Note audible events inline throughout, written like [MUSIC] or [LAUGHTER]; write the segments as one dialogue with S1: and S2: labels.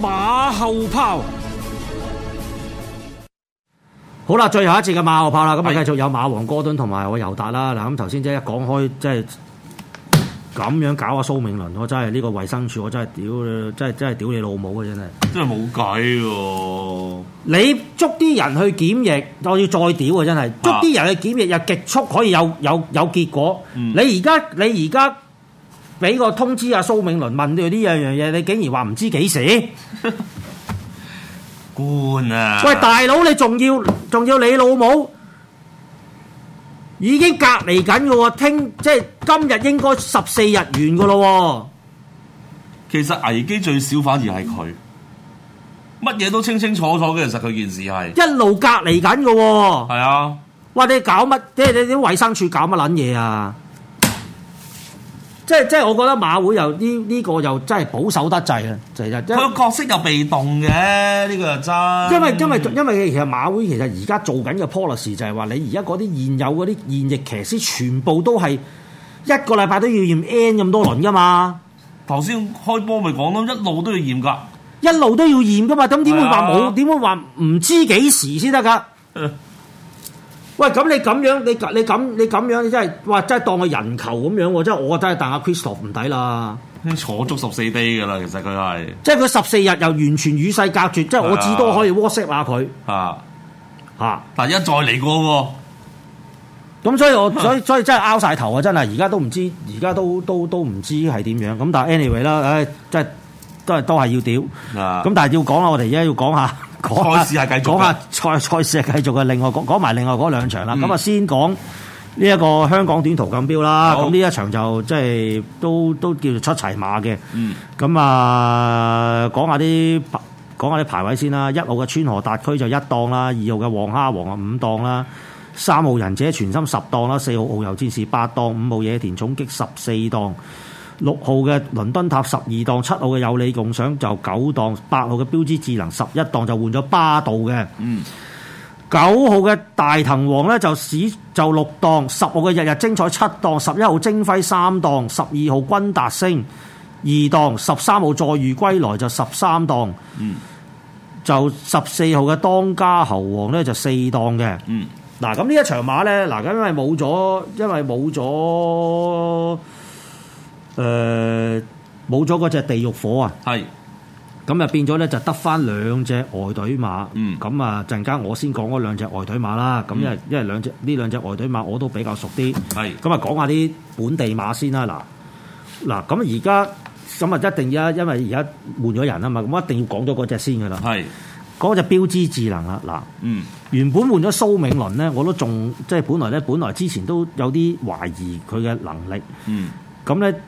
S1: 馬後炮。好啦，最後一節嘅馬後炮啦，咁啊繼續有馬王哥敦同埋我尤達啦。嗱，咁頭先即係一講開，即係咁樣搞阿蘇銘倫，我真係呢個衛生署，我真係屌，真係真係屌你老母嘅啊真係。
S2: 真係冇計喎。
S1: 你捉啲人去檢疫，我要再屌啊！真係捉啲人去檢疫又極速可以有有有結果。
S2: 嗯
S1: 你而家你而家俾個通知阿蘇銘倫問佢呢樣樣嘢，你竟然話唔知幾時？
S2: 官啊！
S1: 喂，大佬你仲要仲要你老母已經隔離緊嘅喎，聽即係今日應該十四日完嘅咯
S2: 其實危機最少反而係佢，乜嘢都清清楚楚嘅。其實佢件事係
S1: 喎，一路隔離緊嘅喎。
S2: 係啊，
S1: 哇！你搞乜？即係你啲衞生署搞乜撚嘢啊？即係即係，我覺得馬會又呢呢、個又真係保守得滯啊！其實因
S2: 佢個角色又被動嘅，呢、個又真。
S1: 因為因為因為其實馬會其實而家做緊嘅 policy 就係話，你而家嗰啲現有嗰啲現役騎師全部都係一個禮拜都要驗 N 咁多輪噶嘛，
S2: 頭先開波咪講咯，一路都要驗㗎。
S1: 一路都要驗噶嘛，咁點會話
S2: 係啊
S1: 冇？點會話唔知幾時先得㗎？喂，咁你咁樣，你咁你咁你咁樣，你真係哇！真係當佢人球咁樣喎，真係我真係但阿 Christoph 唔抵啦。
S2: 已經坐足十四 day 㗎啦，其實佢係
S1: 即係佢十四日又完全與世隔絕，即係我至多可以 WhatsApp 下佢
S2: 啊，
S1: 嚇。
S2: 但一再嚟過喎，
S1: 咁所以
S2: [LAUGHS]
S1: 我所以所以真係拗晒頭啊！真係而家都唔知，而家都都都唔知係點樣。咁但係 anyway 啦，唉，真係都係都係要屌。
S2: 啊
S1: 咁但係要講啦，我哋而家要講下講下
S2: [LAUGHS] 賽事係繼續嘅
S1: 講下賽賽事係繼續嘅。另外 [LAUGHS] 講講埋另外嗰兩場
S2: 嗯
S1: 啦。咁啊、先講。呢一個香港短途錦標啦，
S2: 好
S1: 咁呢一場就即係都都叫做出齊馬嘅。
S2: 嗯
S1: 咁啊，講下啲排講下啲排位先啦。一號嘅川河達區就一檔啦，二號嘅黃蝦王啊五檔啦，三號仁者全心十檔啦，四號遨遊戰士八檔，五號野田重擊十四檔。六號嘅倫敦塔十二檔，七號嘅有你共享就九檔，八號嘅標誌智能十一檔就換咗巴道嘅，
S2: 嗯，
S1: 九號嘅大藤王咧就市就六檔，十號嘅日日精彩七檔，十一號精輝三檔，十二號君達星二檔，十三號再遇歸來就十三檔，
S2: 嗯
S1: 就十四號嘅當家猴王咧就四檔嘅。
S2: 嗯
S1: 嗱，咁呢一場馬咧，嗱，咁因為冇咗，因為冇咗，誒冇咗嗰只地獄火啊，
S2: 係
S1: 咁啊變咗咧就得翻兩隻外隊馬，
S2: 嗯
S1: 咁啊陣間我先講嗰兩隻外隊馬啦，咁因為因為兩隻呢兩隻外隊馬我都比較熟啲，
S2: 係
S1: 咁啊講下啲本地馬先啦，嗱嗱，咁而家咁啊一定要，因為而家換咗人啊嘛，咁一定要講咗嗰只先噶啦，
S2: 係
S1: 講嗰只標誌智能啦，嗱。
S2: 嗯
S1: 原本換咗蘇銘倫咧，我都仲即係本來咧，本來之前都有啲懷疑佢嘅能力。
S2: 嗯
S1: 咁咧，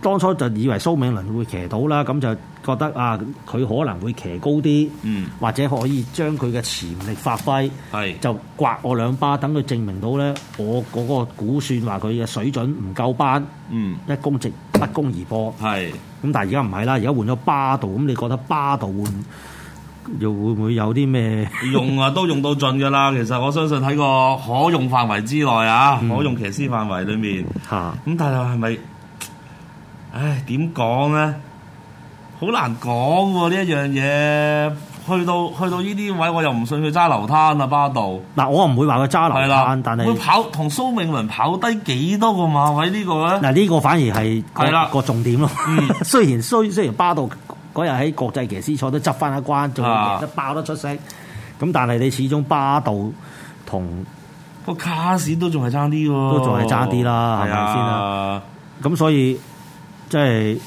S1: 當初就以為蘇銘倫會騎到啦，咁就覺得啊，佢可能會騎高啲，
S2: 嗯
S1: 或者可以將佢嘅潛力發揮，
S2: 係
S1: 就刮我兩巴，等佢證明到咧，我嗰個估算話佢嘅水準唔夠班，
S2: 嗯
S1: 一公直不攻而破。
S2: 係
S1: 咁但係而家唔係啦，而家換咗巴度，咁你覺得巴度換又會唔會有啲咩？
S2: 用啊都用到盡㗎啦。其實我相信喺個可用範圍之內啊，
S1: 嗯
S2: 可用騎師範圍裡面。
S1: 嚇
S2: 咁但係係咪？唉，點講咧？好難講喎呢一樣嘢。去到去到呢啲位，我又唔信佢揸流灘啊，巴道
S1: 嗱，我唔會話佢揸流
S2: 係啦
S1: 灘，，但
S2: 會
S1: 係
S2: 跑同蘇銘倫跑低幾多個馬位呢個咧？
S1: 嗱呢個反而係
S2: 係啦
S1: 個個重點咯
S2: 嗯。
S1: [LAUGHS] 雖然雖雖然巴道嗰日喺國際騎師賽都執翻一關，仲
S2: 啊
S1: 贏得爆得出色，咁但係你始終巴道同
S2: 個卡士都仲係差啲喎，
S1: 都仲係差啲啦係咪先
S2: 啊？
S1: 咁，所以即係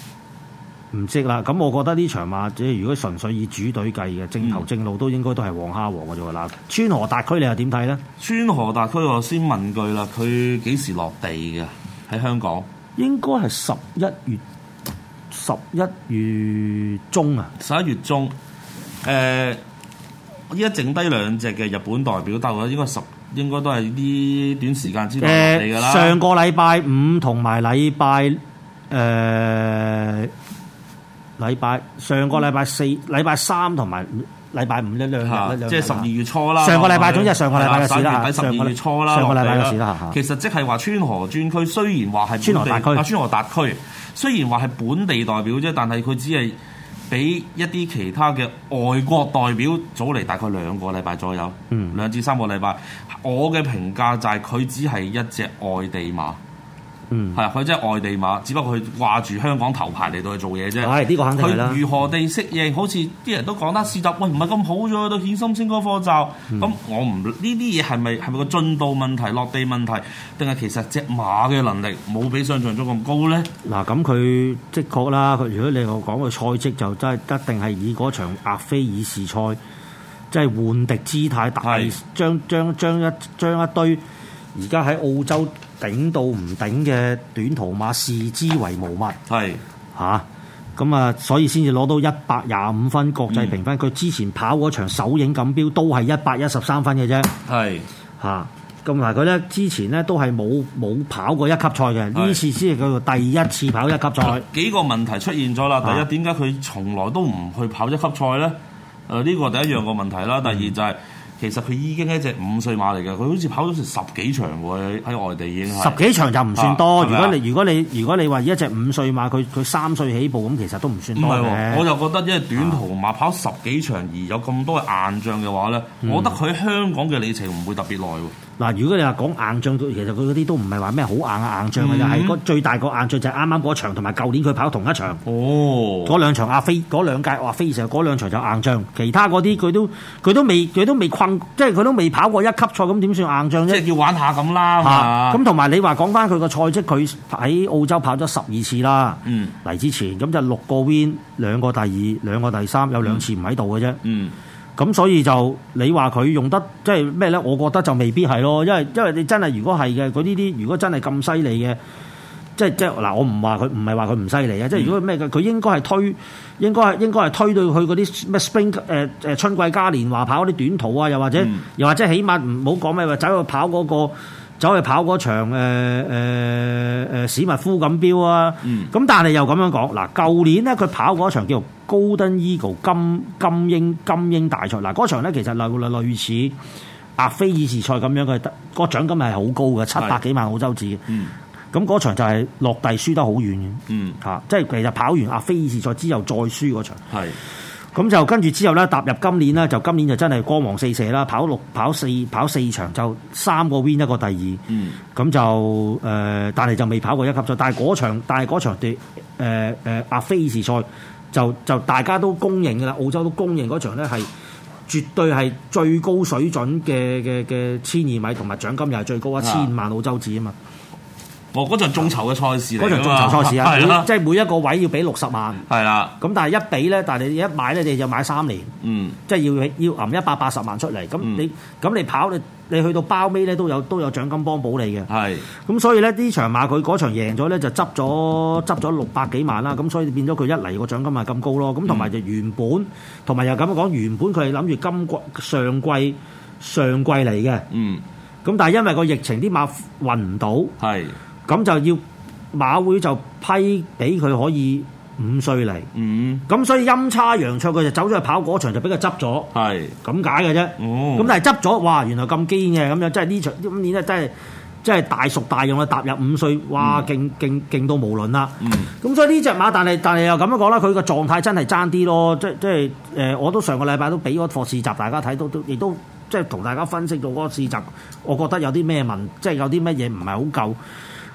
S1: 唔識啦。咁我覺得呢場馬，即係如果純粹以主隊計嘅，正
S2: 嗯
S1: 頭正路都應該都係黃蝦王嘅啫喎。嗱，川河達區你又點睇咧？
S2: 川河大區我先問句啦，佢幾時落地㗎？喺香港
S1: 應該係十一月十一月中啊。
S2: 十一月中，誒依家剩低兩隻嘅日本代表鬥啦，應該十應該都係呢短時間之內落地
S1: 誒、
S2: 㗎啦。
S1: 呃上個禮拜五同埋禮拜誒禮拜上個禮拜四、禮拜三同埋禮拜五呢兩日啊
S2: 嚇
S1: 呢兩
S2: 即係
S1: 日
S2: 十二月初啦。
S1: 上個禮
S2: 落
S1: 拜
S2: 地
S1: 總之係上個禮拜嘅事啦
S2: 係
S1: 嚇
S2: 十二月底十二月初啦，
S1: 上個禮拜嘅事啦
S2: 落地
S1: 嚇
S2: 其實即係話川河專區，雖然話係本地
S1: 川河達區
S2: 啊，川河達區雖然話係本地代表啫，但係佢只係俾一啲其他嘅外國代表早嚟大概兩個禮拜左右，
S1: 嗯
S2: 兩至三個禮拜。我嘅評價就係佢只係一隻外地馬，
S1: 嗯，
S2: 係啊佢真係外地馬，只不過佢掛住香港頭牌嚟到去做嘢啫。
S1: 係呢個肯定係啦
S2: 佢。如何地適應？好似啲人都講得試集，喂唔係咁好咗，到顯心升嗰課就
S1: 嗯
S2: 咁。我唔呢啲嘢係咪係咪個進度問題、落地問題，定係其實只馬嘅能力冇比想象中咁高咧？
S1: 嗱，咁佢的確啦，佢如果你我講佢賽績就真係一定係以嗰場亞非爾士賽，即係換敵姿態，大
S2: 係
S1: 將將將一將一堆而家喺澳洲頂到唔頂嘅短途馬視之為無物
S2: 係
S1: 嚇。咁啊，所以先至攞到一百廿五分國際評
S2: 嗯
S1: 分。佢、之前跑嗰場首映錦標都係一百一十三分嘅啫。
S2: 係
S1: 嚇。咁嗱，佢咧之前咧都係冇冇跑過一級賽嘅，呢
S2: 係
S1: 次先係叫做第一次跑一級賽。
S2: 幾個問題出現咗啦。
S1: 啊
S2: 第一，點解佢從來都唔去跑一級賽咧？誒、呢個第一樣個問題啦。第二
S1: 嗯
S2: 就係、其實佢已經係一隻五歲馬嚟嘅，佢好似跑咗成十幾場喎，喺喺外地已經係
S1: 十幾場就唔算多。
S2: 啊
S1: 如
S2: 係咪
S1: 果
S2: 啊
S1: 你如果你如果你話一隻五歲馬，佢佢三歲起步咁，其實都唔算
S2: 唔
S1: 多
S2: 係
S1: 嘅
S2: 喎，我就覺得因為短途馬跑十幾場而有咁多嘅硬仗嘅話咧，
S1: 嗯
S2: 我覺得佢香港嘅里程唔會特別耐喎。
S1: 嗱，如果你話講硬仗，其實佢嗰啲都唔係話咩好硬嘅硬仗嘅，
S2: 嗯
S1: 係個最大個硬仗就係啱啱嗰場，同埋舊年佢跑同一場。
S2: 哦，
S1: 嗰兩場亞非嗰兩屆亞非時候，嗰兩場就硬仗，其他嗰啲佢都佢都未佢都未困，即係佢都未跑過一級賽，咁點算硬仗
S2: 即
S1: 啫？
S2: 係啊要玩下咁啦
S1: 嚇！
S2: 嘛。
S1: 咁同埋你話講翻佢個賽績，佢喺澳洲跑咗十二次啦。
S2: 嗯
S1: 嚟之前咁就六個 win，兩個第二，兩個第三，有兩次唔喺度嘅啫。
S2: 嗯，
S1: 咁所以就你話佢用得即係咩呢？我覺得就未必係咯，因為因為你真係如果係嘅，佢呢啲如果真係咁犀利嘅，即係即係嗱，我唔話佢唔係話佢唔犀利啊，即係如果咩嘅，佢應該係推應該係應該係推到去嗰啲咩 spring 誒、誒、春季嘉年華跑嗰啲短途啊，又或者、
S2: 嗯
S1: 又或者起碼唔好講咩話走去跑嗰、個。走去跑嗰場誒誒誒史密夫錦標啊，咁、
S2: 嗯
S1: 但係又咁樣講，嗱，舊年咧佢跑嗰場叫做 Golden Eagle 金金鷹金鷹大賽，嗱嗰場咧其實類類似亞非爾士賽咁樣嘅，個獎金係好高嘅，七百幾萬澳洲紙嘅，
S2: 嗯
S1: 咁嗰場就係落地輸得好遠嘅，
S2: 嗯，
S1: 嚇、即係其實跑完亞非爾士賽之後再輸嗰場。
S2: 係
S1: 咁就跟住之後咧，踏入今年咧，就今年就真係光芒四射啦，跑六跑四跑四場就三個 win 一個第二，
S2: 嗯
S1: 咁就誒、呃但係就未跑過一級賽，但係嗰場但係嗰場呃對誒誒亞非爾士賽就就大家都公認㗎啦，澳洲都公認嗰場咧係絕對係最高水準嘅嘅嘅千二米，同埋獎金又係最高一千五萬澳洲紙啊嘛，
S2: 我嗰場眾籌嘅賽事嚟
S1: 嗰場
S2: 㗎
S1: 眾
S2: 嘛
S1: 籌賽事啊，
S2: [LAUGHS]
S1: 每
S2: 係啦
S1: 即係每一個位要俾六十萬，
S2: 係啦，
S1: 咁但係一俾咧，但係你一買咧，你就買三年。
S2: 嗯
S1: 即係要要揞一百八十萬出嚟，咁
S2: 嗯
S1: 你咁你跑你你去到包尾咧都有都有獎金幫補你嘅，
S2: 係
S1: 咁所以咧呢場馬佢嗰場贏咗咧就執咗執咗六百幾萬啦，咁所以變咗佢一嚟個獎金咪咁高咯，咁
S2: 嗯
S1: 同埋就原本同埋又咁講，原本佢係諗住今季上季上季嚟嘅，
S2: 嗯
S1: 咁但係因為個疫情啲馬運唔到，
S2: 係
S1: 咁就要馬會就批俾佢可以五歲嚟，
S2: 嗯
S1: 咁所以陰差陽錯佢就走咗去跑嗰場就俾佢執咗。
S2: 係
S1: 咁解嘅啫。
S2: 哦
S1: 咁、但係執咗，哇！原來咁堅嘅咁樣，即係呢場今年咧真係真係大熟大用啦，踏入五歲，哇！勁勁勁到無論啦。
S2: 嗯
S1: 咁所以呢只馬，但係但係又咁樣講啦，佢個狀態真係爭啲咯，即即係誒、呃我都上個禮拜都俾嗰課試集大家睇到，都亦都即係同大家分析到嗰個試集，我覺得有啲咩問，即係有啲乜嘢唔係好夠。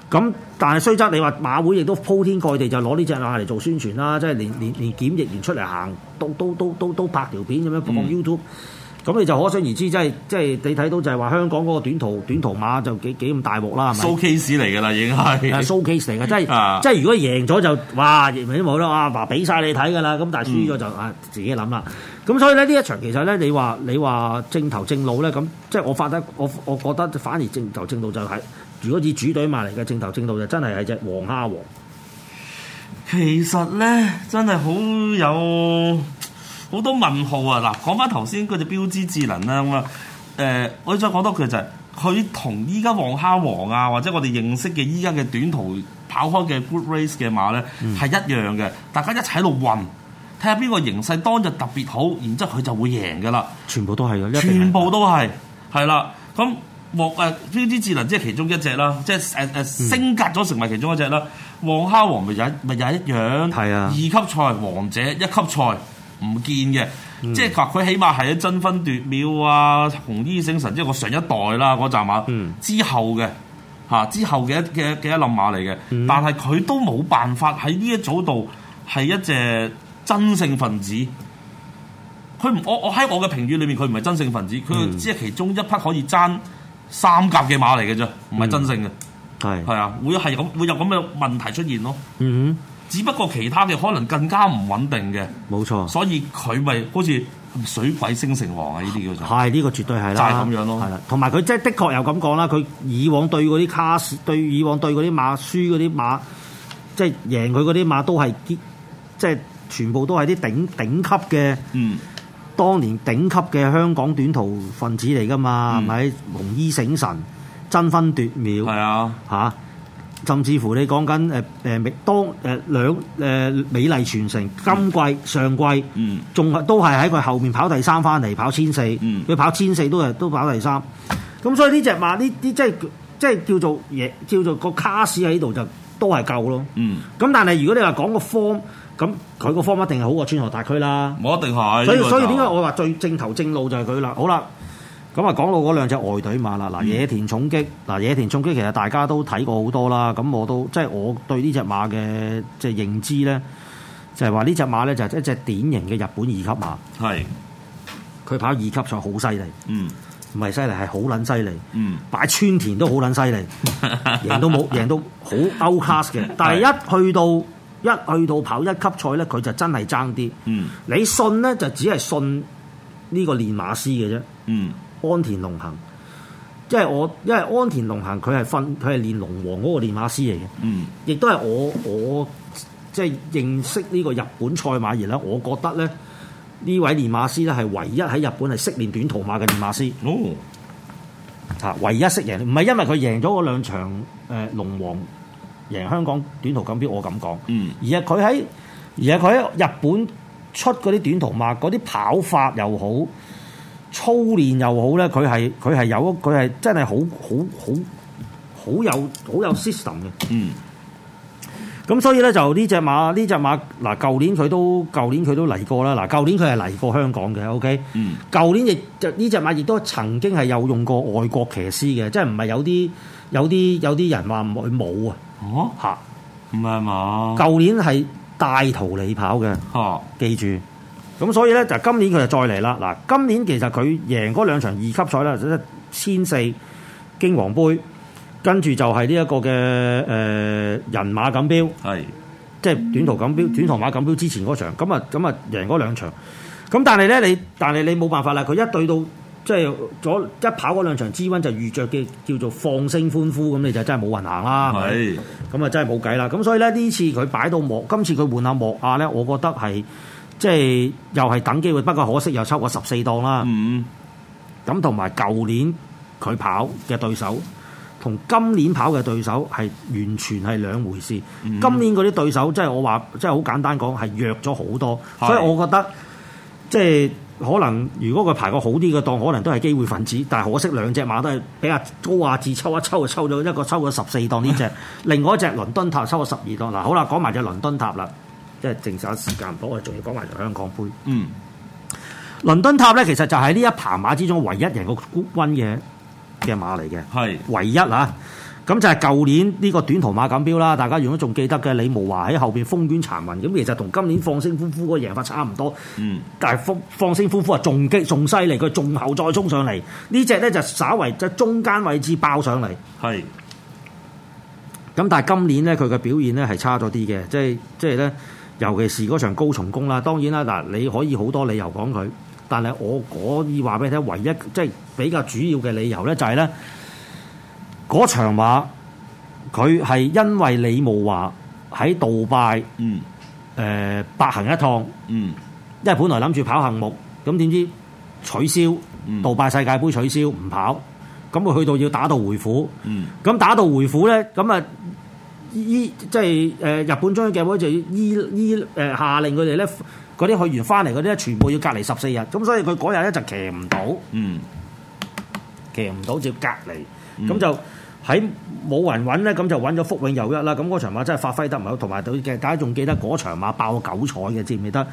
S1: 咁但係雖則你話馬會亦都鋪天蓋地就攞呢只馬嚟做宣傳啦，即係連連連檢疫連出嚟行都都都都都拍條片咁樣放
S2: 嗯
S1: YouTube。咁你就可想而知，即係即係你睇到就係話香港嗰個短途短途馬就幾幾咁大鑊啦，係咪？
S2: showcase 嚟㗎啦，已經係
S1: 係 showcase 嚟嘅，即係、
S2: 啊
S1: 即係如果贏咗就哇，贏咪都冇啦，啊嗱俾晒你睇㗎啦，咁但係輸咗就
S2: 嗯
S1: 啊自己諗啦。咁所以咧呢一場其實咧，你話你話正頭正路咧，咁即係我發得我我覺得反而正頭正路就係、如果以主隊馬嚟嘅正頭正路就真係係只黃蝦王，
S2: 其實咧，真係好有好多問號啊！嗱，講翻頭先嗰隻標誌智能啦，咁啊，誒，我再講多句就係、佢同依家黃蝦王啊，或者我哋認識嘅依家嘅短途跑開嘅 good race 嘅馬咧，係、一樣嘅，大家一齊喺度混，睇下邊個形勢當日特別好，然之後佢就會贏噶啦。
S1: 全部都係嘅，一定係
S2: 全部都係，係啦。咁黃誒標之智能即係其中一隻啦，即係誒
S1: 嗯
S2: 誒升格咗成為其中一隻啦。黃蝦王咪又一咪又一樣，
S1: 係啊
S2: 二級賽王者，一級賽唔見嘅。
S1: 嗯
S2: 即係話佢起碼係喺爭分奪秒啊，紅衣星神即係我上一代啦嗰站馬、
S1: 嗯
S2: 之後嘅嚇、啊之後嘅一嘅嘅一冧馬嚟嘅，
S1: 嗯
S2: 但係佢都冇辦法喺呢一組度係一隻真性分子。佢唔我我喺我嘅評語裏面，佢唔係真性分子，
S1: 嗯
S2: 佢只係其中一匹可以爭三甲嘅馬嚟嘅啫，唔
S1: 嗯
S2: 係真性嘅，
S1: 係，
S2: 係啊，會係咁會有咁嘅問題出現咯。
S1: 嗯
S2: 只不過其他嘅可能更加唔穩定嘅，
S1: 哼，冇錯，
S2: 所以佢咪好似水鬼星成王啊呢啲叫做。
S1: 係呢個絕對係啦，
S2: 就係咁樣咯
S1: 係啦，同埋佢即係的確又咁講啦，佢以往對嗰啲卡士，對以往對嗰啲馬輸嗰啲馬，即係贏佢嗰啲馬都係啲即係全部都係啲頂頂級嘅。
S2: 嗯，
S1: 當年頂級嘅香港短途分子嚟噶嘛，係
S2: 嗯
S1: 咪、紅衣醒神、爭分奪秒
S2: 係
S1: 嚇、
S2: 啊，
S1: 甚至乎你講緊誒誒美當誒、兩誒、美麗傳承今季上季
S2: 嗯
S1: 仲係都係喺佢後面跑第三翻嚟，跑千四，
S2: 嗯
S1: 佢跑千四都係都跑第三。咁所以呢只馬呢啲即係即係叫做嘢，叫做個卡士喺度就都係夠咯。
S2: 嗯，
S1: 咁但係如果你話講個 form，咁佢個 form 一定係好過川河大區啦。
S2: 我一定係。
S1: 所
S2: 呢
S1: 以
S2: 個
S1: 所以
S2: 就
S1: 點解我話最正頭正路就係佢啦？好啦，咁啊講到嗰兩隻外隊馬啦，嗱
S2: 嗯
S1: 野田重擊，嗱野田重擊其實大家都睇過好多啦，咁我都即係我對呢只馬嘅即係認知咧，就係話呢只馬咧就係一隻典型嘅日本二級馬，
S2: 係
S1: 佢跑二級賽好犀利，
S2: 嗯
S1: 唔係犀利係好撚犀利，
S2: 嗯
S1: 擺川田都好撚
S2: [LAUGHS]
S1: 犀利，贏都冇贏到好 outclass 嘅，但係一去到一去到跑一級賽咧，佢就真係爭啲。
S2: [LAUGHS] 嗯
S1: 你信咧就只係信呢個練馬師嘅啫，
S2: 嗯
S1: 安田龍行。即係我，因為安田龍行佢係訓佢係練龍王嗰個練馬師嚟嘅，
S2: 嗯
S1: 亦都係我我即係認識呢個日本賽馬而咧，我覺得咧呢位練馬師咧係唯一喺日本係識練短途馬嘅練馬師
S2: 哦
S1: 嚇，唯一識贏，唔係因為佢贏咗嗰兩場誒、呃、龍王贏香港短途錦標，我咁講。
S2: 嗯
S1: 而係佢喺而係佢喺日本出嗰啲短途馬，嗰啲跑法又好，操練又好咧，佢係佢係有佢係真係好好好好有好有 system 嘅。
S2: 嗯
S1: 咁所以咧就呢只馬呢只馬嗱，舊年佢都舊年佢都嚟過啦，嗱舊年佢係嚟過香港嘅，OK。
S2: 嗯
S1: 舊年亦就呢只馬亦都曾經係有用過外國騎師嘅，即係唔係有啲有啲有啲人話唔佢冇啊
S2: 哦
S1: 嚇。
S2: 唔係嘛
S1: 舊年係大圖里跑嘅。
S2: 嚇
S1: 記住。咁所以咧就今年佢就再嚟啦。嗱，今年其實佢贏嗰兩場二級賽啦，即係千四京皇杯，跟住就係呢一個嘅誒、呃人馬錦標，
S2: 係
S1: 即係短途錦標、短途馬錦標之前嗰場，咁啊咁啊贏嗰兩場。咁但係咧，你但係你冇辦法啦，佢一對到即係咗一跑嗰兩場 G1 就遇着嘅叫做放聲歡呼，咁你就真係冇運行啦。係咪
S2: 係
S1: 咁啊真係冇計啦。咁所以咧呢次佢擺到莫，今次佢換下莫亞咧，我覺得係即係又係等機會，不過可惜又抽過十四檔啦。
S2: 嗯
S1: 咁同埋舊年佢跑嘅對手。同今年跑嘅對手係完全係兩回事。
S2: 嗯
S1: 今年嗰啲對手，即係我話，即係好簡單講，係弱咗好多。
S2: 係
S1: 所以我覺得，即係可能如果佢排個好啲嘅檔，可能都係機會分子。但係可惜兩隻馬都係俾阿高亞志抽一抽就抽咗一個抽咗十四檔呢
S2: 嗯
S1: 只，另外一隻倫敦塔抽咗十二檔。嗱，好啦，講埋只倫敦塔啦，即係剩下時間唔多，我哋仲要講埋隻香港杯。
S2: 嗯
S1: 倫敦塔咧，其實就係呢一棚馬之中唯一贏過 Group One 嘅嘅馬嚟嘅。
S2: 係
S1: 唯一啊！咁就係舊年呢個短途馬錦標啦，大家如果仲記得嘅，李無華喺後邊風捲殘雲，咁其實同今年放聲歡呼嗰個贏法差唔多，
S2: 嗯
S1: 但係放放聲歡呼啊，仲激仲犀利，佢仲後再衝上嚟，呢只咧就稍為即係中間位置爆上嚟，
S2: 係
S1: 咁但係今年咧佢嘅表現咧係差咗啲嘅，即係即係咧，尤其是嗰場高松宮啦，當然啦嗱，你可以好多理由講佢，但係我可以話俾你聽，唯一即係比較主要嘅理由咧就係咧嗰場馬佢係因為李慕華喺杜拜誒、
S2: 嗯
S1: 呃白行一趟，
S2: 嗯
S1: 因為本來諗住跑項目，咁點知取消
S2: 嗯
S1: 杜拜世界盃取消唔跑，咁佢去到要打道回府。
S2: 嗯
S1: 咁打道回府咧，咁啊依即係誒日本中央嘅會就要依依誒下令佢哋咧，嗰啲去完翻嚟嗰啲咧，全部要隔離十四日。咁所以佢嗰日咧就騎唔到。
S2: 嗯
S1: 騎唔到，就要隔離。咁就喺冇人揾咧，咁就揾咗福永祐一啦。咁嗰場馬真係發揮得唔好，同埋對嘅大家仲記得嗰場馬爆九彩嘅，記唔記得？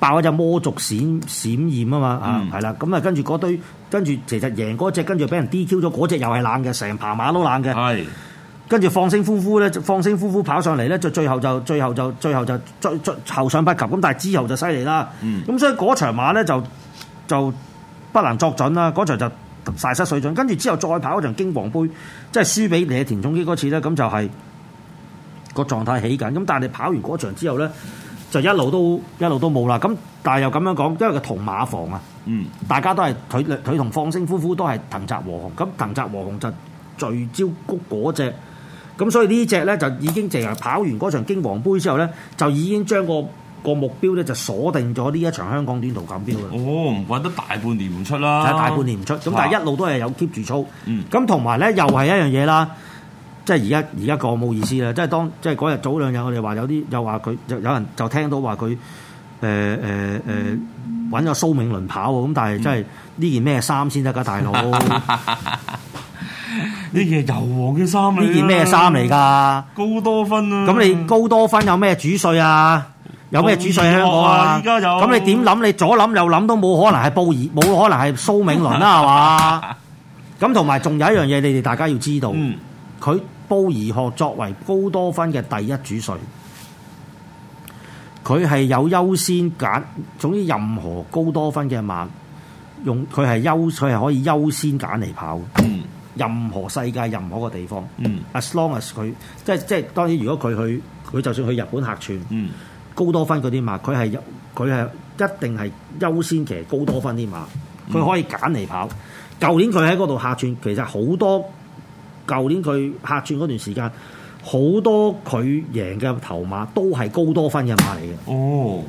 S1: 爆嗰只魔族閃閃焰啊嘛，啊係啦。咁啊，跟住嗰堆跟住其實贏嗰只，跟住俾人 DQ 咗嗰只又係冷嘅，成棚馬都冷嘅。
S2: 係
S1: 跟住放聲呼呼咧，就放聲呼呼跑上嚟咧，就最後就最後就最後就追追後上不及，咁但係之後就犀利啦。咁、
S2: 嗯
S1: 所以嗰場馬咧就就不能作準啦，嗰場就晒失水準。跟住之後再跑嗰場京王杯，即係輸俾你田中基嗰次咧，咁就係、個狀態起緊。咁但係你跑完嗰場之後咧，就一路都一路都冇啦。咁但係又咁樣講，因為個同馬房啊。
S2: 嗯
S1: 大家都係佢佢同放聲呼呼都係藤澤和雄，咁藤澤和雄就聚焦谷嗰只，咁所以呢只咧就已經淨係跑完嗰場京王杯之後咧，就已經將個個目標咧就鎖定咗呢一場香港短途錦標嘅。
S2: 哦，唔怪得大半年唔出啦，
S1: 睇大半年唔出，咁但係
S2: 啊
S1: 一路都係有 keep 住操
S2: 嗯。
S1: 咁同埋咧又係一樣嘢啦，即係而家而家個冇意思啦。即係當即係嗰日早兩日我哋話有啲又話佢有有人就聽到話佢呃誒誒誒揾咗蘇銘倫跑喎，咁但
S2: 嗯
S1: 係真係呢件咩衫先得
S2: [LAUGHS]
S1: 㗎，大佬？呢
S2: 呢件係油黃嘅衫嚟，啊
S1: 件咩衫嚟？㗎？
S2: 高多分啊！
S1: 咁你高多分有咩主帥啊？有咩主帥喺香港
S2: 冇
S1: 啊？
S2: 啊而家有
S1: 咁你點諗？你左諗右諗都冇可能係布爾，冇可能係蘇銘
S2: [LAUGHS]
S1: 倫啦，係嘛？咁同埋仲有一樣嘢，你哋大家要知道，
S2: 嗯
S1: 佢布爾學作為高多分嘅第一主帥，佢係有優先揀，總之任何高多分嘅馬，用佢係優，佢係可以優先揀嚟跑嘅，
S2: 嗯
S1: 任何世界任何一個地方。
S2: 嗯
S1: as long as 佢即係即係當然，如果佢去佢就算去日本客串
S2: 嗯
S1: 高多分嗰啲馬，佢係有佢係一定係優先騎高多分啲馬，佢可以揀嚟跑。舊年佢喺嗰度客串，其實好多舊年佢客串嗰段時間，好多佢贏嘅頭馬都係高多分嘅馬嚟嘅。
S2: 哦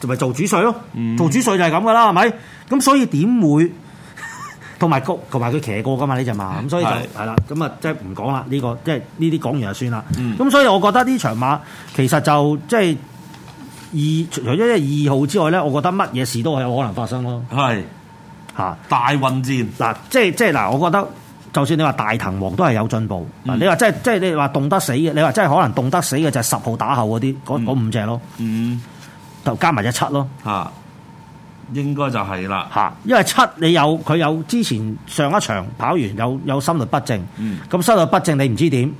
S1: 就咪做主帥咯
S2: 嗯，
S1: 做主帥就係咁噶啦，係咪？咁所以點會 [LAUGHS] 同埋個同埋佢騎過噶嘛呢只馬，咁所以就
S2: 係
S1: 係啦，咁啊即係唔講啦，呢個即係呢啲講完就算啦。
S2: 嗯
S1: 咁所以我覺得呢場馬其實就即係二除咗即係二號之外咧，我覺得乜嘢事都係有可能發生咯
S2: 係
S1: 嚇。
S2: 大混戰
S1: 嗱，即係即係嗱，我覺得就算你話大藤王都係有進步，嗱
S2: 嗯
S1: 你話即係即係你話凍得死嘅，你話真係可能凍得死嘅就係十號打後嗰啲嗰嗰五隻咯，
S2: 嗯
S1: 就加埋只七咯。
S2: 嚇，啊應該就係啦。
S1: 嚇，因為七你有佢有之前上一場跑完有有心律不正，咁、
S2: 嗯
S1: 心律不正你唔知點，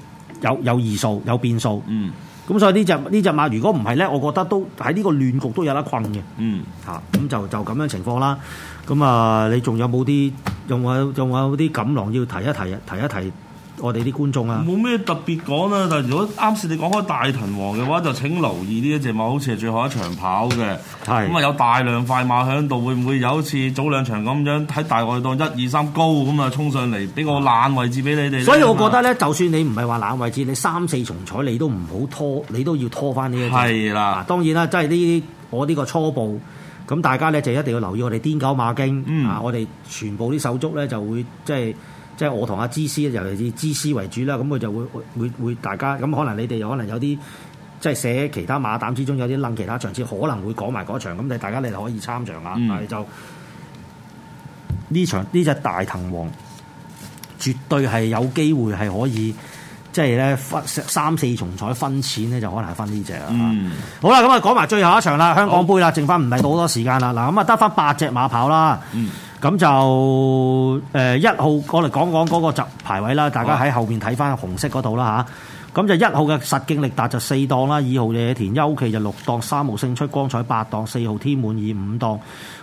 S1: 有有異數有變數，
S2: 嗯
S1: 咁所以呢只呢只馬如果唔係咧，我覺得都喺呢個亂局都有得困嘅
S2: 嗯。
S1: 嚇，咁就就咁樣情況啦。咁啊，你仲有冇啲有冇有冇啲錦囊要提一提提一提我哋啲觀眾啊？
S2: 冇咩特別講啦，但係如果啱先你講開大騰王嘅話，就請留意呢一隻馬，好似係最後一場跑嘅。
S1: 係
S2: 咁啊，有大量快馬喺度，會唔會有好似早兩場咁樣喺大外檔一二三高咁啊衝上嚟，俾個爛位置俾你啊哋呢？
S1: 所以我覺得咧，就算你唔係話冷位置，你三四重彩你都唔好拖，你都要拖翻呢一隻。
S2: 係
S1: 嗱，
S2: 啦，
S1: 當然啦，即係呢啲我呢個初步，咁大家咧就一定要留意我哋癲狗馬經、
S2: 嗯
S1: 啊，我哋全部啲手足咧就會即係即係我同阿芝師，尤其是芝師為主啦，咁佢就會會會大家咁可能你哋有可能有啲。即係寫其他馬膽之中有啲楞其他場次，可能會講埋嗰場，咁你大家你就可以參場啦。
S2: 嗯
S1: 但係就呢場呢只大藤王，絕對係有機會係可以即係咧分三四重彩分錢咧，就可能係分呢只啦。
S2: 嗯，
S1: 好啦，咁啊講埋最後一場啦，香港杯啦，剩翻唔係到好多時間啦。嗱，咁啊得翻八隻馬跑啦，
S2: 嗯
S1: 咁、就誒一、號我哋講講嗰個集排位啦，大家喺後邊睇翻紅色嗰度啦吓，咁就一號嘅實勁力達就四檔啦，二號野田優奇就六檔，三號勝出光彩八檔，四號天滿意五檔，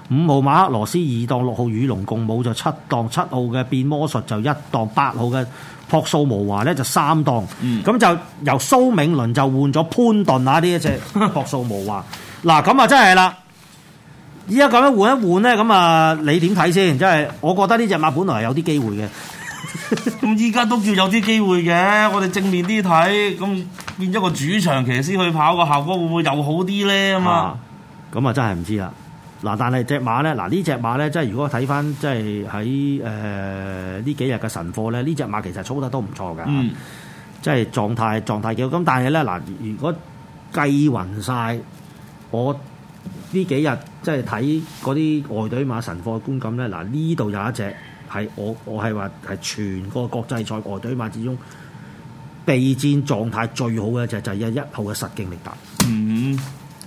S1: 五號馬克羅斯二檔，六號與龍共舞就七檔，七號嘅變魔術就一檔，八號嘅樸素無華咧就三檔，咁、
S2: 嗯
S1: 就由蘇銘倫就換咗潘頓啊呢一隻樸素無華，嗱咁啊真係啦。依家咁樣換一換咧，咁啊，你點睇先？即係我覺得呢只馬本來係有啲機會嘅，
S2: 咁依家都叫有啲機會嘅，我哋正面啲睇，咁變咗個主場騎師去跑個效果會唔會又好啲咧？咁啊
S1: 啊，，咁啊真係唔知啦。嗱，但係只馬咧，嗱呢只馬咧，即係如果睇翻即係喺誒呢幾日嘅神貨咧，呢只馬其實操得都唔錯㗎，
S2: 嗯
S1: 即係狀態狀態幾好。咁但係咧，嗱，如果計勻晒我呢幾日即係睇嗰啲外隊馬神貨嘅觀感咧，嗱呢度有一隻係我我係話係全個國際賽外隊馬之中備戰狀態最好嘅一隻就係一一號嘅實勁力達
S2: 嗯，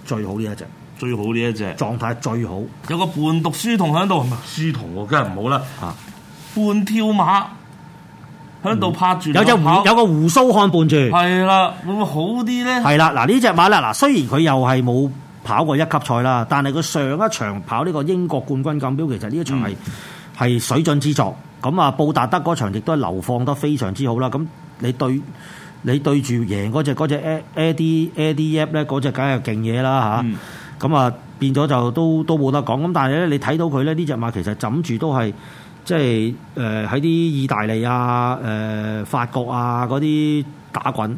S1: 最好呢一隻
S2: 最好呢一隻
S1: 狀態最好
S2: 有個半讀書童喺度，唔係書童喎，梗係唔好啦。
S1: 嚇。啊
S2: 半跳馬喺度拍住
S1: 有隻
S2: 兩
S1: 胡
S2: 跑
S1: 有個胡鬚漢伴住，
S2: 係啦，會唔會好啲咧？
S1: 係啦，嗱呢只馬啦，嗱雖然佢又係冇跑過一級賽啦，但係佢上一場跑呢個英國冠軍錦標，其實呢一場係係、水準之作。咁啊，布達德嗰場亦都係流放得非常之好啦。咁你對你對住贏嗰只嗰只 Eddie Eddie Yap 咧，嗰只梗係勁嘢啦嚇。
S2: 嗯
S1: 咁啊變咗就都都冇得講。咁但係咧，你睇到佢咧呢只馬其實枕住都係即係誒喺啲意大利啊、誒、法國啊嗰啲打滾。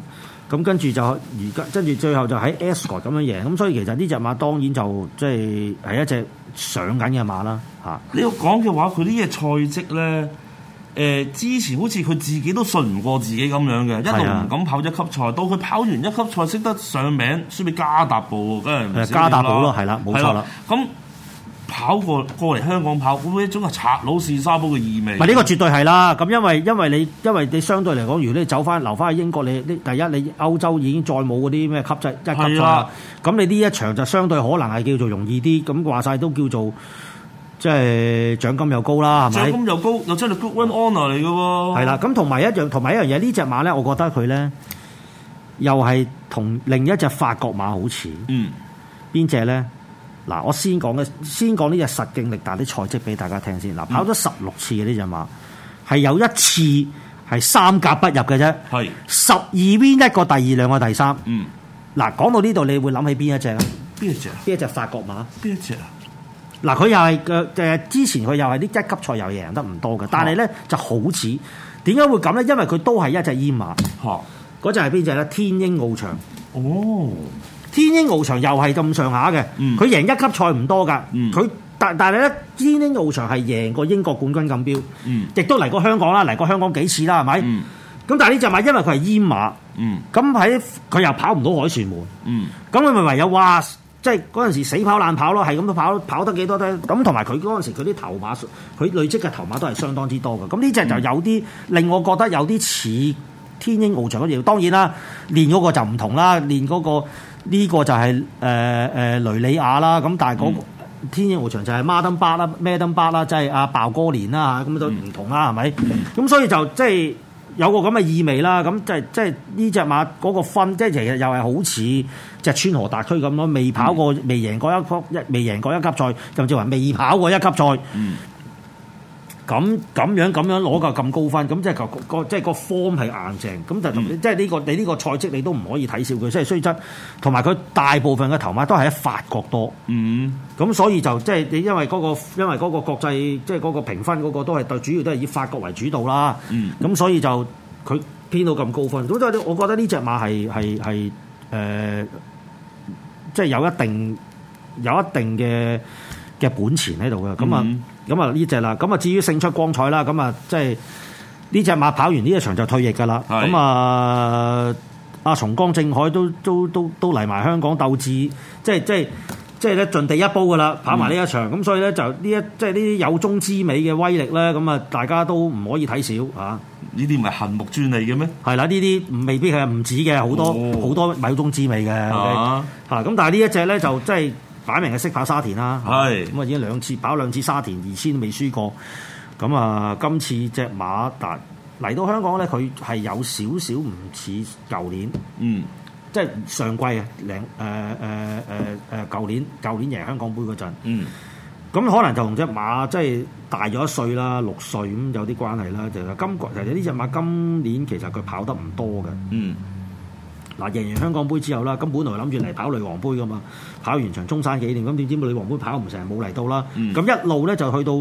S1: 咁跟住就而家跟住最後就喺 Escort 咁樣贏。咁所以其實呢只馬當然就即係係一隻上緊嘅馬啦嚇。
S2: 你要講嘅話，佢呢隻賽績咧。誒、之前好似佢自己都信唔過自己咁樣嘅，一路
S1: 係啊
S2: 唔敢跑一級賽，到佢跑完一級賽識得上名，輸俾加達布喎，梗係唔少
S1: 誒加達
S2: 料
S1: 寶咯係啦冇錯啦。
S2: 係咁跑過過嚟香港跑，會唔會一種係賊佬試沙煲嘅意味？
S1: 唔係呢個絕對係啦，咁因為因為你因為你相對嚟講，如果你走翻留翻去英國，你你第一你歐洲已經再冇嗰啲咩級制一級
S2: 係
S1: 賽
S2: 啦
S1: 啦，咁你呢一場就相對可能係叫做容易啲，咁話晒都叫做即係獎金又高啦，係
S2: 獎
S1: 咪？
S2: 金又高，又真係 good win honour 嚟嘅喎。
S1: 係啦，咁同埋一樣，同埋一樣嘢，呢只馬咧，我覺得佢咧又係同另一隻法國馬好似，
S2: 嗯，
S1: 邊只咧？嗱，我先講嘅，先講呢只實勁力大啲賽績俾大家聽先。嗱，跑咗十六次嘅呢只馬，係有一次係三甲不入嘅啫，
S2: 係，
S1: 十二 win 一個，第二兩個，第三。
S2: 嗯，
S1: 嗱，講到呢度，你會諗起邊一隻啊？
S2: 邊一隻啊？
S1: 邊一隻法國馬？
S2: 邊一隻啊？
S1: 嗱，佢又係嘅誒，之前佢又係啲一級賽又贏得唔多嘅，但係咧就好似點解會咁咧？因為佢都係一隻煙馬，
S2: 嚇，
S1: 嗰隻係邊只咧？天鷹翱翔。
S2: 哦，
S1: 天鷹翱翔又係咁上下嘅，佢、
S2: 嗯
S1: 贏一級賽唔多㗎，
S2: 嗯
S1: 佢、但但係咧，天鷹翱翔係贏過英國冠軍錦標，
S2: 嗯
S1: 亦都嚟過香港啦，嚟過香港幾次啦，係咪？咁、
S2: 嗯
S1: 但係呢只馬因為佢係煙馬，
S2: 嗯
S1: 咁喺佢又跑唔到海旋門，
S2: 嗯
S1: 咁佢咪唯有哇！即係嗰陣時死跑爛跑咯，係咁都跑，跑得幾多得咁，同埋佢嗰陣時佢啲頭馬，佢累積嘅頭馬都係相當之多嘅。咁呢只就有啲、令我覺得有啲似天鷹翱翔嗰條。當然啦，練嗰個就唔同啦，練嗰、個呢、個就係誒誒雷里亞啦。咁但係嗰、天鷹翱翔就係馬登巴啦、咩登巴啦，即係阿鮑哥連啦嚇，咁都唔同啦，係咪？咁所以就即係。有個咁嘅意味啦，咁即係即係呢只馬嗰個分，即係其實又係好似隻川河達區咁咯，未跑過、未贏過一級一未贏過一級賽，甚至話未跑過一級賽，咁
S2: 嗯
S1: 咁樣咁樣攞個咁高分，咁即係個個即係個 form 係硬淨，咁就同
S2: 嗯
S1: 即係呢個你呢個賽績你都唔可以睇小佢，即係雖則同埋佢大部分嘅頭馬都係喺法國多。
S2: 嗯
S1: 咁所以就即係你因為嗰、個因為嗰個國際即係嗰個評分嗰個都係對主要都係以法國為主導啦。
S2: 嗯
S1: 咁所以就佢編到咁高分，咁所以我覺得呢只馬係係係誒，即係有一定有一定嘅嘅本錢喺度嘅。咁啊
S2: 嗯
S1: 咁啊呢只啦，咁啊至於勝出光彩啦，咁啊即係呢只馬跑完呢一場就退役㗎啦。
S2: 係
S1: 咁啊阿松江正海都都都都嚟埋香港鬥志，即係即係。即係咧盡地一煲㗎啦，跑埋呢一場，
S2: 嗯
S1: 咁、所以咧就呢一即係呢啲有中之美嘅威力咧，咁啊大家都唔可以睇少嚇。啊
S2: 呢啲唔係恨木專利嘅咩？
S1: 係啦，呢啲未必係唔止嘅，好多
S2: 哦
S1: 好、多米中滋味嘅。嚇
S2: 啊，
S1: 咁但係呢一隻咧就即係擺明係識跑沙田啦。
S2: 係
S1: 咁啊，已經兩次跑兩次沙田二千都未輸過。咁啊，今次只馬達嚟到香港咧，佢係有少少唔似舊年，
S2: 嗯
S1: 即係上季啊，零誒誒誒誒呃舊年舊年贏香港杯嗰陣。
S2: 嗯
S1: 咁可能就同只馬即係大咗一歲啦，六歲咁有啲關係啦。就係今個其實呢只馬今年其實佢跑得唔多嘅。
S2: 嗯
S1: 嗱，贏完香港杯之後啦，咁本來諗住嚟跑女王杯噶嘛，跑完場中山紀念，咁點知女王杯跑唔成，冇嚟到啦。咁、
S2: 嗯
S1: 一路咧就去到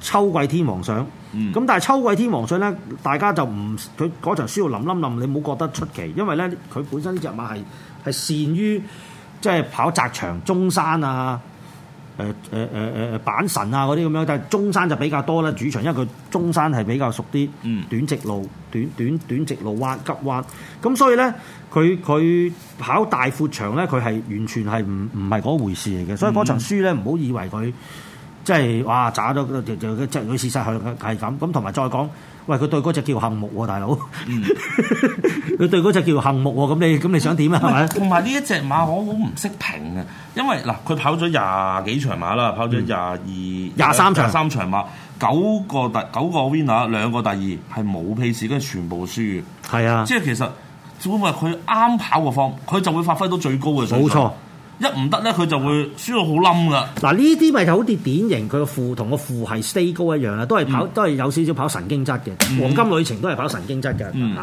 S1: 秋季天皇賞，咁、
S2: 嗯
S1: 但係秋季天皇賞咧，大家就唔佢嗰場輸到冧冧冧，你冇覺得出奇，因為咧佢本身呢只馬係係善於即係跑窄場中山啊。誒誒誒誒誒板神啊嗰啲咁樣，但係中山就比較多啦，主場因為佢中山係比較熟啲，
S2: 嗯
S1: 短直路、短短短直路彎急彎，咁所以咧佢佢跑大嗯闊場咧，佢係完全係唔唔係嗰回事嚟嘅，所以嗰場輸咧唔好以為佢即係哇渣咗就就就即係佢事實係係咁。咁同埋再講，喂佢對嗰只叫杏木喎，大佬， [LAUGHS] 佢對嗰只叫杏木喎，咁你咁你想點啊？係咪？
S2: 同埋呢一隻馬我好唔識評啊，因為嗱佢跑咗廿幾場馬啦，跑咗廿二、
S1: 廿
S2: 嗯
S1: 三場
S2: 廿三場馬，九個第九個 winner，兩個第二係冇 pace，跟住全部輸嘅。
S1: 係啊，
S2: 即係其實只會話佢啱跑個方，佢就會發揮到最高嘅水準。
S1: 冇錯。
S2: 一唔得咧，佢就會輸到好冧噶。
S1: 嗱呢啲咪就好似典型佢個父同個父係 stay 高一樣啦，都係
S2: 嗯
S1: 跑、都係有少少跑神經質嘅，黃金旅程都係跑神經質嘅嚇。
S2: 嗯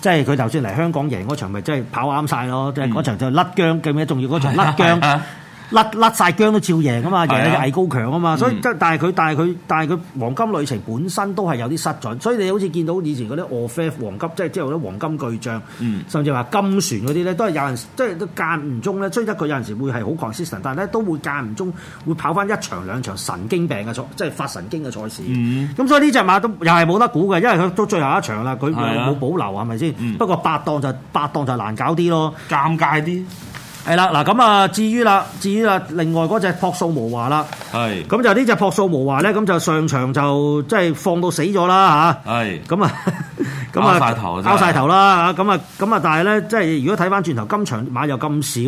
S1: 即係佢就算嚟香港贏嗰場，咪即係跑啱晒咯！
S2: 嗯
S1: 即係嗰場就甩姜，記唔記得？仲要嗰
S2: [LAUGHS]
S1: 場甩姜，
S2: 係啊
S1: 甩甩晒姜都照贏啊嘛，
S2: 係啊
S1: 贏咗魏高強啊嘛，所以
S2: 嗯
S1: 即係但係佢但係佢但係佢黃金旅程本身都係有啲失準，所以你好似見到以前嗰啲 o f f 黃金，即係即係嗰啲黃金巨匠，
S2: 嗯
S1: 甚至話金船嗰啲咧，都係有陣時即係都間唔中咧，雖則佢有陣時會係好 consistent，但係咧都會間唔中會跑翻一場兩場神經病嘅賽，即係發神經嘅賽事。
S2: 嗯
S1: 咁所以呢只馬都又係冇得估嘅，因為佢到最後一場啦，佢冇
S2: 係啊
S1: 冇保留係咪先？
S2: 嗯
S1: 不過八檔就八檔就難搞啲咯。
S2: 尷尬啲，
S1: 係啦，嗱咁啊，至於啦，至於啦，另外嗰只樸素無華啦，
S2: 係
S1: 咁就呢只樸素無華咧，咁就上場就即係放到死咗啦
S2: 係
S1: 嚇，咁
S2: [LAUGHS]
S1: 啊，咁啊，
S2: 拗晒頭啊真係
S1: 拗晒頭啦嚇，咁啊，咁啊，但係咧，即係如果睇翻轉頭，今場馬又咁少，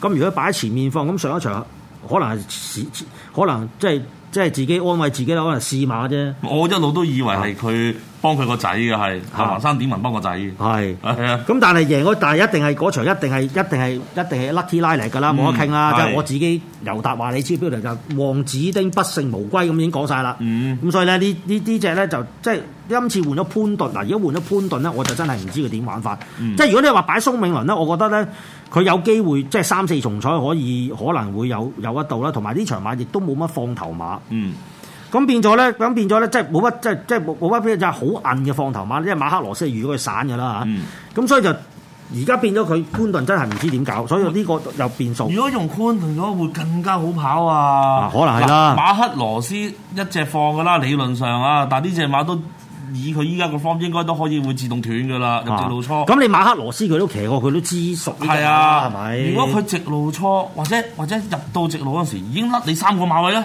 S1: 咁如果擺喺前面放，咁上一場可能係可能即係即係自己安慰自己啦，可能試馬啫，
S2: 我一路都以為係佢幫佢個仔嘅，係
S1: 啊
S2: 係黃生典文幫個仔。係
S1: 係。
S2: 啊，
S1: 咁但係贏嗰，但係一定係嗰場，一定係一定係一定係 lucky 拉嚟㗎啦，冇得傾啦。
S2: 嗯
S1: 即係
S2: 係
S1: 我自己尤達話你知標題就王子丁不勝無歸咁已經講晒啦。
S2: 嗯
S1: 咁所以咧呢呢呢只咧就即係今次換咗潘頓嗱，而家換咗潘頓咧，我就真係唔知佢點玩法。
S2: 嗯
S1: 即係如果你話擺蘇銘倫咧，我覺得咧佢有機會即係三四重彩可以可能會有有一度啦，同埋呢場馬亦都冇乜放頭馬。
S2: 嗯，
S1: 咁變咗咧，咁變咗咧，即係冇乜，即係即係冇冇乜，就係好硬嘅放頭馬，因為馬克羅斯係預咗佢散嘅啦
S2: 嗯
S1: 嚇。咁、所以就而家變咗佢潘頓真係唔知點搞，所以
S2: 嗯
S1: 呢個又變數。
S2: 如果用寬同咗會更加好跑啊
S1: 啊！可能係啦
S2: 嗱馬克羅斯一隻放㗎啦，理論上啊，但呢隻馬都以佢依家個 form 應該都可以會自動斷㗎啦，入直路初。
S1: 啊咁你馬克羅斯佢都騎過，佢都知熟呢隻
S2: 係
S1: 啦
S2: 啊，
S1: 係咪？
S2: 如果佢直路初或者或者入到直路嗰時已經甩你三個馬位咧，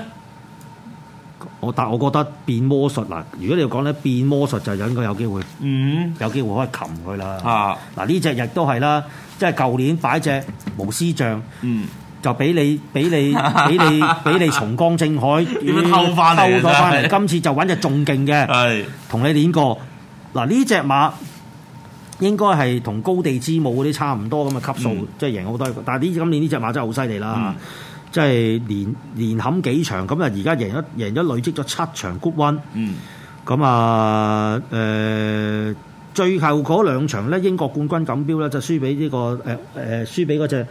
S1: 我但我覺得變魔術嗱，如果你要講咧變魔術就應該有機會，
S2: 嗯
S1: 有機會可以擒佢啦。
S2: 啊，
S1: 嗱呢只亦都係啦，即係舊年擺只無師像。
S2: 嗯，
S1: 就俾你
S2: [LAUGHS]
S1: 俾你俾你俾你重江正海
S2: 點樣偷返嚟啊
S1: 偷咗翻
S2: 真
S1: 嚟。
S2: 係
S1: 今次就揾只仲勁
S2: [LAUGHS]
S1: 嘅，
S2: 係
S1: 同你練過。嗱呢只馬應該係同高地之舞嗰啲差唔多咁嘅級數，
S2: 嗯
S1: 即係贏好多。但係呢今年呢只馬真係好犀利啦
S2: 嗯，
S1: 即係連連冚幾場，咁啊而家贏咗贏咗累積咗七場 good one。
S2: 嗯
S1: 咁啊誒，最後嗰兩場咧，英國冠軍錦標咧就輸俾呢、個誒誒、輸俾嗰只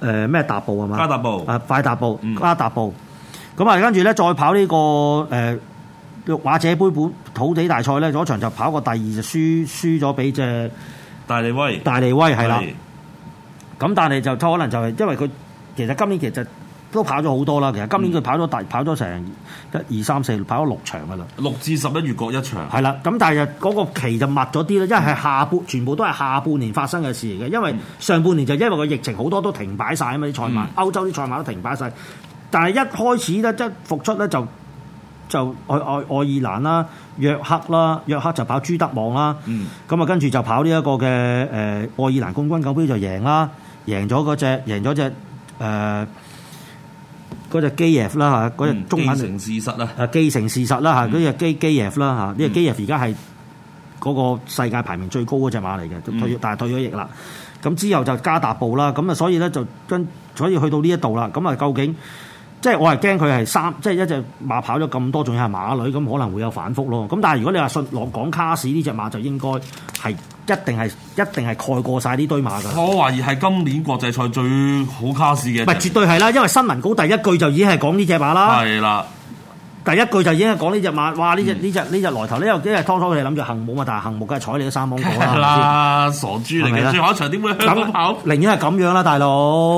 S1: 誒咩踏步係嘛？
S2: 加達布
S1: 啊快踏步
S2: 嗯
S1: 加踏步。咁啊，跟住咧再跑呢、個誒玉華者杯本土地大賽咧，嗰場就跑過第二就輸輸咗俾只
S2: 大利威
S1: 大利啊威係啦。咁但係就可能就係因為佢其實今年其實都跑咗好多啦，其實今
S2: 嗯
S1: 年佢跑咗大跑咗成一二三四跑咗六場㗎啦。
S2: 六至十一月各一場，
S1: 係啦，咁但係就嗰個期就密咗啲啦，因為
S2: 嗯
S1: 係下半全部都係下半年發生嘅事嚟嘅，因為上半年就因為個疫情好多都停擺晒啊嘛啲賽馬
S2: 嗯，
S1: 歐洲啲賽馬都停擺晒。但係一開始咧，即係復出咧就就愛愛愛爾蘭啦、約克啦、約克就跑朱德望啦，
S2: 嗯
S1: 咁啊跟住就跑呢一個嘅誒、呃愛爾蘭冠軍錦標就贏啦，贏咗嗰只贏咗只誒嗰只基耶夫啦嚇，嗰只
S2: 嗯
S1: 中文
S2: 既成事實啊，
S1: 啊，既成事實啦嚇，嗰只基基耶夫啦嚇，呢只基耶夫而家係嗰個世界排名最高嗰只馬嚟嘅，退但係退咗役啦。咁之後就加達布啦，咁啊所以咧就跟所以去到呢一度啦，咁啊究竟即係我係驚佢係三，即係一隻馬跑咗咁多，仲要係馬女，咁可能會有反覆咯。咁但係如果你話信落港卡士呢只馬就應該係一定係一定係蓋過晒呢堆馬㗎。
S2: 我懷疑係今年國際賽最好卡士嘅
S1: 唔係
S2: 一隻，
S1: 絕對係啦，因為新聞稿第一句就已經係講呢只馬啦。
S2: 係啦，
S1: 第一句就已經係講呢只馬，哇！呢只
S2: 嗯
S1: 呢只呢只來頭，呢因為當初佢哋諗住幸冇嘛，但係幸冇梗係睬你都三芒果
S2: 係
S1: 啦。
S2: 啦，傻豬嚟
S1: 係咪
S2: 嘅，
S1: 啦
S2: 最後一場點會 [LAUGHS]
S1: 係咪
S2: 香
S1: 先
S2: 港跑
S1: 咁？寧願係咁樣啦，
S2: [LAUGHS]
S1: 大佬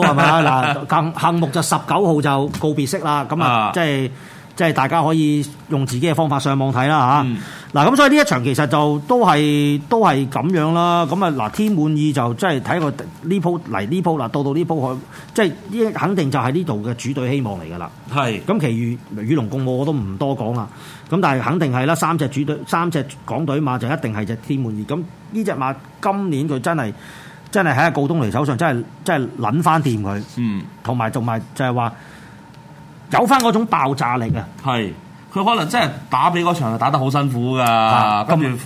S1: 係咪啊？嗱，幸幸木就十九號就告別式啦，咁啊
S2: 啊，
S1: 即係即係大家可以用自己嘅方法上網睇啦
S2: 嗯
S1: 嚇。嗱，咁所以呢一場其實就都係都係咁樣啦。咁啊，嗱，天滿意就即係睇個呢鋪嚟呢鋪啦，到到呢鋪佢即係呢肯定就係呢度嘅主隊希望嚟㗎啦。
S2: 係
S1: 咁其餘與龍共舞我都唔多講啦。咁但係肯定係啦，三隻主隊、三隻港隊馬就一定係只天滿意。咁呢只馬今年佢真係真係喺阿告東尼手上真係真係撚翻掂佢，
S2: 嗯
S1: 同埋同埋就係話有翻嗰種爆炸力啊！
S2: 係，佢可能真係打比嗰場係打得好辛苦
S1: 啊
S2: 㗎，跟住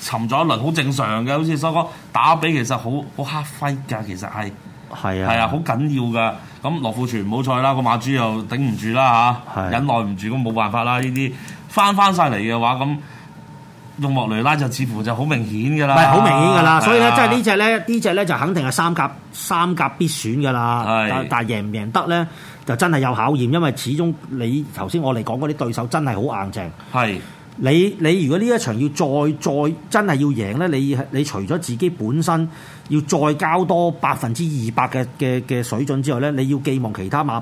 S2: 沉咗一輪，好正常嘅。好似所講打比其實好好 hard fight 㗎，其實係
S1: 係
S2: 係啊，好緊要㗎。咁羅富全唔好彩啦，個馬主又頂唔住啦嚇，
S1: 係
S2: 忍耐唔住咁冇辦法啦。呢啲翻翻晒嚟嘅話咁。用莫雷拉就似乎就好明顯㗎
S1: 唔
S2: 啦，
S1: 係好明顯㗎啦，所以咧，
S2: 係啊
S1: 即係呢只咧，呢只咧就肯定係三甲三甲必選㗎啦。
S2: 係
S1: 但但贏唔贏得咧，就真係有考驗，因為始終你頭先我哋講嗰啲對手真係好硬淨。
S2: 係
S1: 你你如果呢一場要再再真係要贏咧，你你除咗自己本身要再交多百分之二百嘅嘅嘅水準之外咧，你要寄望其他馬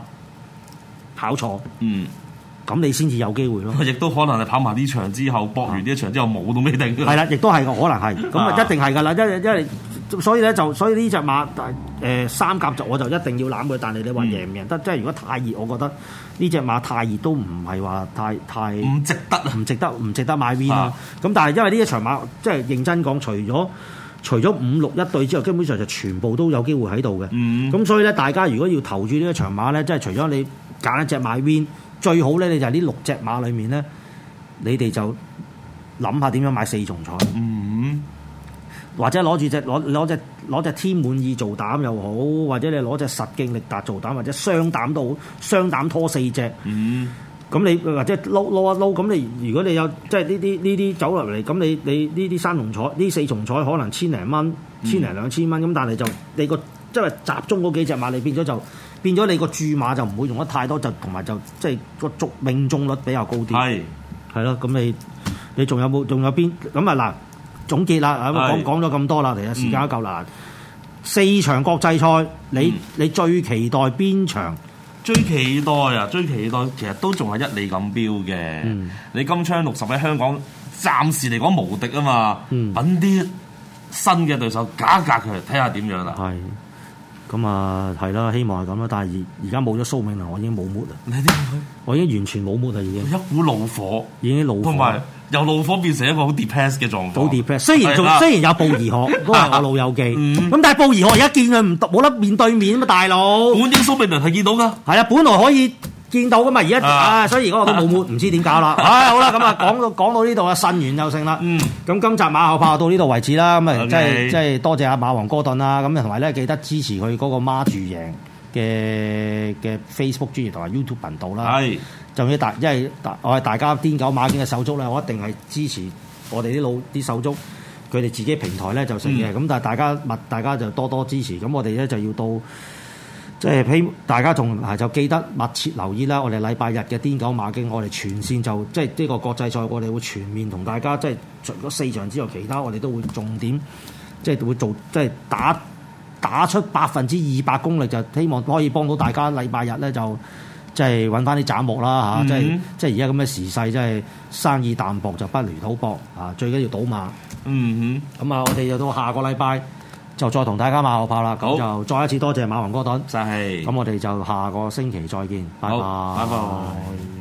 S1: 跑錯，
S2: 嗯。啊
S1: 咁你先至有機會咯。
S2: 亦都可能係跑埋呢場之後，搏完呢一場之後冇都未定㗎。
S1: 係啦，亦都係嘅，可能
S2: [LAUGHS]
S1: 係咁
S2: 嗯啊
S1: 啊，一定係㗎啦，因為因為所以咧就所以呢只馬誒、呃三甲就我就一定要攬佢，但係你
S2: 嗯
S1: 話贏唔贏得，即係如果太熱，我覺得呢只馬太熱都唔係話太太
S2: 唔值得啊！
S1: 唔值得唔值得買 win
S2: 啊
S1: 啦。咁但係因為呢一場馬即係認真講，除咗除咗五六一對之外，基本上就全部都有機會喺度嘅。
S2: 嗯，
S1: 咁所以咧，大家如果要投注呢一場馬咧，即係除咗你揀一隻買 win，最好咧你就係呢六隻馬裡面咧，你哋就諗下點樣買四重彩，
S2: 嗯，
S1: 或者攞住只攞攞只攞只天滿意做膽又好，或者你攞只實勁力達做膽，或者雙膽都好，雙膽拖四隻。
S2: 嗯，
S1: 咁你或者撈撈一撈，咁你如果你有即係呢啲呢啲走落嚟，咁你你呢啲三重彩、呢四重彩可能千零蚊、
S2: 嗯
S1: 千零兩千蚊，咁但係就你個即係集中嗰幾隻馬，你變咗就變咗你個注碼就唔會用得太多，就同埋就即係個中命中率比較高啲，
S2: 係
S1: 係咯。咁你你仲有冇仲有邊咁啊嗱？總結啦，啊咁
S2: 係
S1: 講講咗咁多啦，其實時間都夠啦。四場國際賽，你
S2: 嗯
S1: 你最期待邊場？
S2: 最期待啊！最期待其實都仲係一哩錦標嘅。
S1: 嗯
S2: 你金槍六十喺香港暫時嚟講無敵啊嘛，
S1: 嗯
S2: 揾啲新嘅對手夾一夾佢，睇下點樣啦。
S1: 係，咁啊係啦，希望係咁啦。但係而而家冇咗蘇銘倫，我已經冇 mood 啦，
S2: 你啲
S1: 我已經完全冇 mood 啦，已經
S2: 一股怒火，
S1: 已經老火
S2: 同埋由怒火變成一個好 depressed 嘅狀況。
S1: 好 depress。雖然
S2: 係啦
S1: 仲雖然有布兒學，都
S2: [LAUGHS]
S1: 係我老友記。
S2: 嗯
S1: 咁但係布兒學而家見佢唔冇得面對面啊嘛，大佬
S2: 本英蘇美倫係見到㗎。
S1: 係啊，本來可以。見到噶嘛，而家
S2: 啊
S1: 啊，所以而家我都冇 mood，唔知點
S2: [LAUGHS]
S1: 搞啦。唉，好啦，咁啊，講到講到呢度啊，呻完就勝啦。
S2: 嗯，
S1: 咁今集馬後炮到呢度為止啦，咁啊
S2: OK
S1: 即係即係多謝阿馬王哥頓啦，咁啊同埋咧記得支持佢嗰個孖住贏嘅嘅 Facebook 專頁同埋 YouTube 頻道啦，
S2: 係
S1: 就要大因為大我係大家癲狗馬經嘅手足咧，我一定係支持我哋啲老啲手足。佢哋自己平台咧就食
S2: 嗯
S1: 嘅，咁、但係大家物大家就多多支持，咁我哋咧就要到即係希大家仲啊就記得密切留意啦。我哋禮拜日嘅癲狗馬經，我哋全線就即係呢個國際賽，我哋會全面同大家即係除咗四場之外，其他我哋都會重點即係會做即係打打出百分之二百功力，就希望可以幫到大家禮拜日咧就。即係揾翻啲斬木啦
S2: 嗯
S1: 嚇，即係即係而家咁嘅時勢，真係生意淡薄就不如賭博啊！最緊要賭馬。
S2: 嗯
S1: 咁啊，我哋就到下個禮拜就再同大家馬後炮啦。
S2: 好
S1: 咁就再一次多謝馬雲哥頓。
S2: 哼，就係
S1: 咁我哋就下個星期再見，拜拜。
S2: 好拜拜